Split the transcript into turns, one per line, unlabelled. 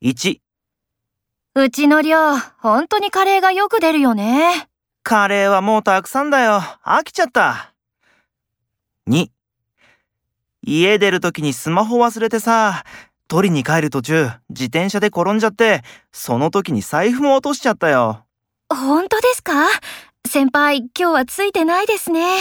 1、
うちの寮、本当にカレーがよく出るよね。
カレーはもうたくさんだよ。飽きちゃった。2、家出るときにスマホ忘れてさ、取りに帰る途中、自転車で転んじゃって、その時に財布も落としちゃったよ。
本当ですか先輩、今日はついてないですね。